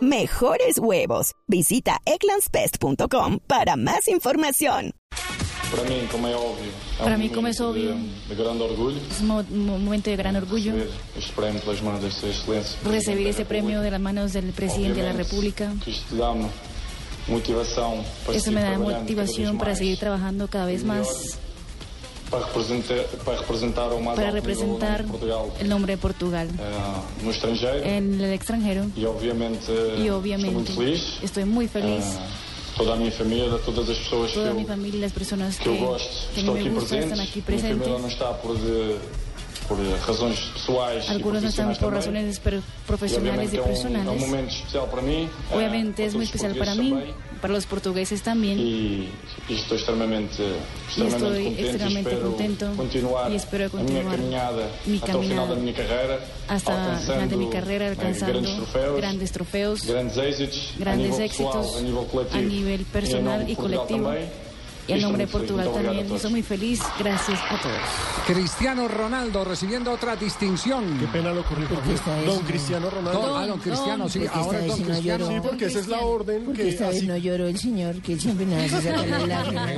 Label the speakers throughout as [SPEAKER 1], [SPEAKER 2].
[SPEAKER 1] Mejores huevos. Visita egglandsbest.com para más información.
[SPEAKER 2] Para mí, como es obvio. é
[SPEAKER 3] Para mim, como é só
[SPEAKER 2] momento
[SPEAKER 3] óbvio.
[SPEAKER 2] De, de grande orgulho.
[SPEAKER 3] Es un mo- mo- momento de gran orgullo
[SPEAKER 2] Receber este prémio pelas mãos da Sua Excelência.
[SPEAKER 3] recibir
[SPEAKER 2] Presidente
[SPEAKER 3] ese
[SPEAKER 2] da
[SPEAKER 3] premio de las manos del presidente de la
[SPEAKER 2] Obviamente
[SPEAKER 3] República.
[SPEAKER 2] Que isto dá-me motivação para
[SPEAKER 3] Eso
[SPEAKER 2] seguir
[SPEAKER 3] me da
[SPEAKER 2] trabalhando cada
[SPEAKER 3] motivación
[SPEAKER 2] vez
[SPEAKER 3] para
[SPEAKER 2] mais,
[SPEAKER 3] seguir trabajando cada vez más
[SPEAKER 2] Para representar, para representar o mais
[SPEAKER 3] para
[SPEAKER 2] alto nível
[SPEAKER 3] representar
[SPEAKER 2] de Portugal
[SPEAKER 3] el nombre de Portugal
[SPEAKER 2] ah, no estrangeiro.
[SPEAKER 3] en el extranjero.
[SPEAKER 2] E obviamente,
[SPEAKER 3] Y
[SPEAKER 2] estou
[SPEAKER 3] obviamente
[SPEAKER 2] muito feliz.
[SPEAKER 3] estoy muy feliz.
[SPEAKER 2] Ah, toda a minha família, todas as pessoas que
[SPEAKER 3] Toda mi
[SPEAKER 2] eu,
[SPEAKER 3] familia, las personas
[SPEAKER 2] que eu
[SPEAKER 3] que,
[SPEAKER 2] gosto
[SPEAKER 3] que a
[SPEAKER 2] estão
[SPEAKER 3] mí me
[SPEAKER 2] aqui
[SPEAKER 3] gustan
[SPEAKER 2] presentes.
[SPEAKER 3] están aquí
[SPEAKER 2] Minha família não
[SPEAKER 3] presentes.
[SPEAKER 2] está por, de- por eh, razões pessoais e
[SPEAKER 3] Algunos no están
[SPEAKER 2] profissionais
[SPEAKER 3] por
[SPEAKER 2] também.
[SPEAKER 3] razones per-
[SPEAKER 2] Y
[SPEAKER 3] profesionales
[SPEAKER 2] obviamente
[SPEAKER 3] y
[SPEAKER 2] é um, é um
[SPEAKER 3] personales.
[SPEAKER 2] momento especial para mim. eh,
[SPEAKER 3] Obviamente es
[SPEAKER 2] para
[SPEAKER 3] muy
[SPEAKER 2] todos os
[SPEAKER 3] especial
[SPEAKER 2] portugueses
[SPEAKER 3] para mí,
[SPEAKER 2] também,
[SPEAKER 3] para los portugueses también.
[SPEAKER 2] E, e estou extremamente, extremamente
[SPEAKER 3] estoy
[SPEAKER 2] contente
[SPEAKER 3] extremamente
[SPEAKER 2] e espero
[SPEAKER 3] contento
[SPEAKER 2] continuar,
[SPEAKER 3] y espero
[SPEAKER 2] a minha
[SPEAKER 3] continuar
[SPEAKER 2] caminhada
[SPEAKER 3] mi
[SPEAKER 2] até o final
[SPEAKER 3] caminada
[SPEAKER 2] da minha carreira,
[SPEAKER 3] hasta el final de mi carrera
[SPEAKER 2] eh,
[SPEAKER 3] alcanzando
[SPEAKER 2] grandes troféus,
[SPEAKER 3] grandes trofeos,
[SPEAKER 2] grandes êxitos, a
[SPEAKER 3] grandes
[SPEAKER 2] nível
[SPEAKER 3] éxitos
[SPEAKER 2] pessoal, a nível coletivo,
[SPEAKER 3] a nivel personal y colectivo. Y en nombre de
[SPEAKER 2] é
[SPEAKER 3] Portugal también. Y soy muy feliz. Gracias a todos.
[SPEAKER 4] Cristiano Ronaldo recibiendo otra distinción.
[SPEAKER 5] Qué pena lo corrijo.
[SPEAKER 6] Porque esta vez
[SPEAKER 5] Don
[SPEAKER 6] no.
[SPEAKER 5] Cristiano
[SPEAKER 4] Don,
[SPEAKER 5] Ronaldo.
[SPEAKER 4] ah, don Cristiano,
[SPEAKER 3] don,
[SPEAKER 4] sí,
[SPEAKER 6] porque
[SPEAKER 4] ahora es don
[SPEAKER 6] esta vez sí no
[SPEAKER 4] Cristiano.
[SPEAKER 5] Sí, porque esa es la orden
[SPEAKER 6] Porque
[SPEAKER 5] que
[SPEAKER 6] esta vez
[SPEAKER 5] así,
[SPEAKER 6] no lloró el señor, que él siempre nos hace sacar las lágrimas.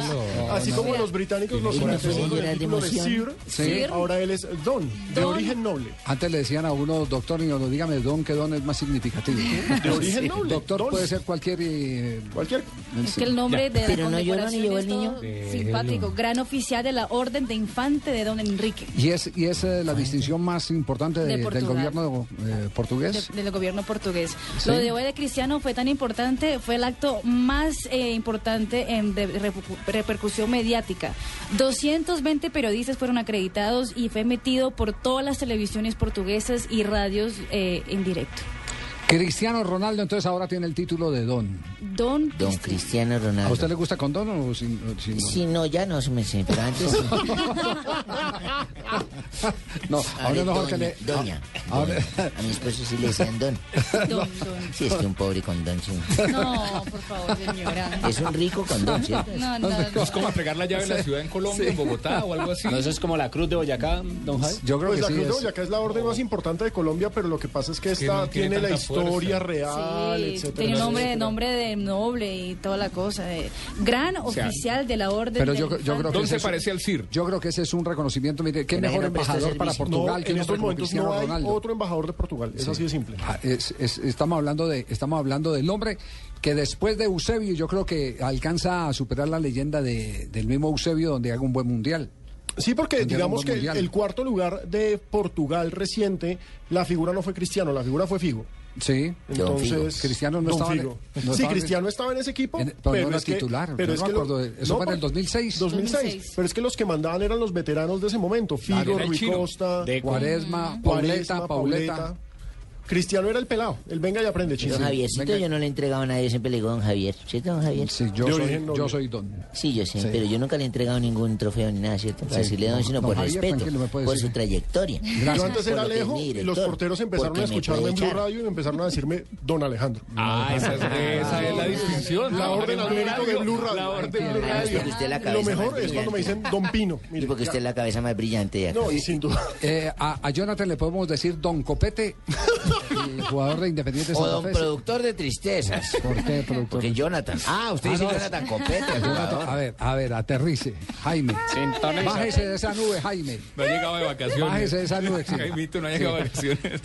[SPEAKER 5] así como los británicos los
[SPEAKER 6] Tiene
[SPEAKER 5] franceses con
[SPEAKER 6] una
[SPEAKER 5] el título de Sir,
[SPEAKER 6] emoción.
[SPEAKER 4] Sí.
[SPEAKER 5] Sir, ahora él es Don, de origen noble.
[SPEAKER 4] Antes le decían a uno, doctor, y no dígame don, que don es más significativo. Pues,
[SPEAKER 5] De origen noble.
[SPEAKER 4] Doctor
[SPEAKER 5] Don.
[SPEAKER 4] puede ser cualquier. eh,
[SPEAKER 5] Cualquier.
[SPEAKER 3] Es que el nombre de la
[SPEAKER 6] Pero no lloró
[SPEAKER 3] condecoración
[SPEAKER 6] ni llevó
[SPEAKER 3] es
[SPEAKER 6] el niño. Eh,
[SPEAKER 3] todo simpático. Gran oficial de la Orden de Infante de Don Enrique.
[SPEAKER 4] Y es, y es eh, la distinción más importante
[SPEAKER 3] De
[SPEAKER 4] de- del
[SPEAKER 3] Portugal.
[SPEAKER 4] gobierno eh,
[SPEAKER 3] de-
[SPEAKER 4] portugués.
[SPEAKER 3] del gobierno portugués.
[SPEAKER 4] Sí.
[SPEAKER 3] Lo de hoy de Cristiano fue tan importante, fue el acto más eh, importante en de repu- repercusión mediática. 220 periodistas fueron acreditados y fue emitido por todas las televisiones portuguesas y radios eh, en directo.
[SPEAKER 4] Cristiano Ronaldo, entonces ahora tiene el título de don.
[SPEAKER 3] Don,
[SPEAKER 6] Don
[SPEAKER 3] Cristiano.
[SPEAKER 6] Cristiano
[SPEAKER 4] ¿A usted
[SPEAKER 6] Ronaldo.
[SPEAKER 4] le gusta con don o sin, o sin don?
[SPEAKER 6] Si no, ya no se me sé, pero antes sí.
[SPEAKER 4] No, ahora
[SPEAKER 6] Ahora
[SPEAKER 4] mejor
[SPEAKER 6] Ah, doña,
[SPEAKER 4] que le. Ah,
[SPEAKER 6] doña.
[SPEAKER 4] ahora-
[SPEAKER 6] doña. A mi esposo sí le decían don.
[SPEAKER 3] Don, don.
[SPEAKER 6] Si es que un pobre con don, sí.
[SPEAKER 3] No, por favor, señora.
[SPEAKER 6] Es un rico con don, ¿cierto?
[SPEAKER 3] No, no, no.
[SPEAKER 7] Es como entregar la llave en la ciudad en Colombia, en Bogotá o algo así.
[SPEAKER 8] No, eso es como la cruz de Boyacá, don Javi.
[SPEAKER 4] Yo creo
[SPEAKER 5] Pues la
[SPEAKER 4] que sí.
[SPEAKER 5] Cruz de
[SPEAKER 4] es-
[SPEAKER 5] Boyacá es la orden más importante de Colombia, pero lo que pasa es que
[SPEAKER 7] Es que
[SPEAKER 5] esta
[SPEAKER 7] no tiene
[SPEAKER 5] tiene la
[SPEAKER 7] tanta
[SPEAKER 5] historia
[SPEAKER 7] fuerza.
[SPEAKER 5] real,
[SPEAKER 3] Sí,
[SPEAKER 5] etcétera.
[SPEAKER 3] tiene nombre,
[SPEAKER 5] etcétera.
[SPEAKER 3] nombre de noble y toda la cosa. eh. Gran
[SPEAKER 7] sea,
[SPEAKER 3] oficial de la orden.
[SPEAKER 4] pero
[SPEAKER 3] del
[SPEAKER 4] yo- yo creo
[SPEAKER 3] Infante.
[SPEAKER 4] que
[SPEAKER 7] Don
[SPEAKER 4] es
[SPEAKER 7] se
[SPEAKER 4] eso.
[SPEAKER 7] parece al Sir.
[SPEAKER 4] Yo creo que ese es un reconocimiento. Mire, qué
[SPEAKER 6] Que
[SPEAKER 4] mejor
[SPEAKER 6] nadie no
[SPEAKER 5] este
[SPEAKER 6] presta
[SPEAKER 4] embajador para
[SPEAKER 6] servicio.
[SPEAKER 4] Portugal
[SPEAKER 5] No,
[SPEAKER 4] que
[SPEAKER 5] en
[SPEAKER 4] un hombre
[SPEAKER 5] estos
[SPEAKER 4] como
[SPEAKER 5] momentos
[SPEAKER 4] Cristiano
[SPEAKER 5] no hay
[SPEAKER 4] Ronaldo.
[SPEAKER 5] otro embajador de Portugal. Es así de simple.
[SPEAKER 4] Ah, es- es- estamos hablando de estamos hablando del hombre que después de Eusebio yo creo que alcanza a superar la leyenda de- del mismo Eusebio donde haga un buen mundial.
[SPEAKER 5] Sí, porque
[SPEAKER 4] Mundial,
[SPEAKER 5] digamos
[SPEAKER 4] un
[SPEAKER 5] que
[SPEAKER 4] buen mundial.
[SPEAKER 5] el cuarto lugar de Portugal reciente, la figura no fue Cristiano, la figura fue Figo.
[SPEAKER 4] Sí.
[SPEAKER 6] Don Figo.
[SPEAKER 5] Entonces,
[SPEAKER 4] Cristiano no
[SPEAKER 5] Don
[SPEAKER 4] estaba en-
[SPEAKER 5] Figo.
[SPEAKER 4] no
[SPEAKER 5] sí,
[SPEAKER 4] estaba en-
[SPEAKER 5] Cristiano estaba en ese equipo,
[SPEAKER 4] en- pero
[SPEAKER 5] pero,
[SPEAKER 4] no era
[SPEAKER 5] es que-
[SPEAKER 4] titular,
[SPEAKER 5] pero
[SPEAKER 4] yo
[SPEAKER 5] es
[SPEAKER 4] no
[SPEAKER 5] que pues,
[SPEAKER 4] me acuerdo de- eso fue en el
[SPEAKER 5] porque-
[SPEAKER 4] 2006.
[SPEAKER 5] 2006.
[SPEAKER 3] 2006.
[SPEAKER 5] Pero es que los que mandaban eran los veteranos de ese momento, Figo,
[SPEAKER 7] Claro, era el
[SPEAKER 5] Rui
[SPEAKER 7] chino.
[SPEAKER 5] Costa,
[SPEAKER 8] De
[SPEAKER 4] Cuaresma, Pauleta,
[SPEAKER 5] Cuaresma,
[SPEAKER 4] Pauleta.
[SPEAKER 5] Cristiano era el pelado, el venga y aprende, chino.
[SPEAKER 6] Don Javiercito
[SPEAKER 4] venga.
[SPEAKER 6] yo no le entregaba a nadie, siempre le digo don Javier. ¿Cierto, don Javier?
[SPEAKER 4] Sí, yo
[SPEAKER 5] De
[SPEAKER 4] soy,
[SPEAKER 5] origen noble.
[SPEAKER 4] yo soy don.
[SPEAKER 6] Sí, yo sé,
[SPEAKER 4] Sí.
[SPEAKER 6] pero yo nunca le he entregado ningún trofeo ni nada, ¿cierto? Para decirle don,
[SPEAKER 4] no,
[SPEAKER 6] sino
[SPEAKER 4] no,
[SPEAKER 6] por
[SPEAKER 4] Javier,
[SPEAKER 6] respeto,
[SPEAKER 4] tranquilo, me puede
[SPEAKER 6] por
[SPEAKER 4] decir.
[SPEAKER 6] su trayectoria.
[SPEAKER 5] Yo antes
[SPEAKER 6] Por
[SPEAKER 5] era
[SPEAKER 6] lo que es
[SPEAKER 5] Alejo
[SPEAKER 6] mi
[SPEAKER 5] y los
[SPEAKER 6] director,
[SPEAKER 5] porteros empezaron
[SPEAKER 6] porque
[SPEAKER 5] a
[SPEAKER 6] me
[SPEAKER 5] escucharme
[SPEAKER 6] puede
[SPEAKER 5] en Blue
[SPEAKER 6] echar.
[SPEAKER 5] Radio y me empezaron a decirme Don Alejandro.
[SPEAKER 7] Ah, esa es, esa es la distinción.
[SPEAKER 5] La orden
[SPEAKER 7] al
[SPEAKER 5] almérico de Blue Radio.
[SPEAKER 7] La orden Blue
[SPEAKER 6] Ah,
[SPEAKER 7] Radio.
[SPEAKER 6] porque usted es la cabeza
[SPEAKER 5] Lo mejor
[SPEAKER 6] más
[SPEAKER 5] es cuando me
[SPEAKER 6] brillante.
[SPEAKER 5] dicen Don Pino. Mire,
[SPEAKER 6] Y porque
[SPEAKER 5] ya.
[SPEAKER 6] usted es la cabeza más brillante de acá.
[SPEAKER 5] No, y sin duda.
[SPEAKER 4] Eh, a, a Jonathan le podemos decir don Copete, el jugador de Independiente
[SPEAKER 6] O
[SPEAKER 4] Santa
[SPEAKER 6] don
[SPEAKER 4] Fe.
[SPEAKER 6] productor de tristezas.
[SPEAKER 4] ¿Por qué, productor?
[SPEAKER 6] Porque Jonathan. Ah, usted
[SPEAKER 4] Ah,
[SPEAKER 6] dice
[SPEAKER 4] no, es-
[SPEAKER 6] Jonathan Copete. el
[SPEAKER 4] Jonathan,
[SPEAKER 6] jugador.
[SPEAKER 4] a ver, a ver, aterrice. Jaime.
[SPEAKER 8] Sintoniza.
[SPEAKER 4] Bájese de esa nube, Jaime.
[SPEAKER 7] No ha llegado de vacaciones.
[SPEAKER 4] Bájese de esa nube, sí.
[SPEAKER 7] Jaimito no ha llegado de vacaciones.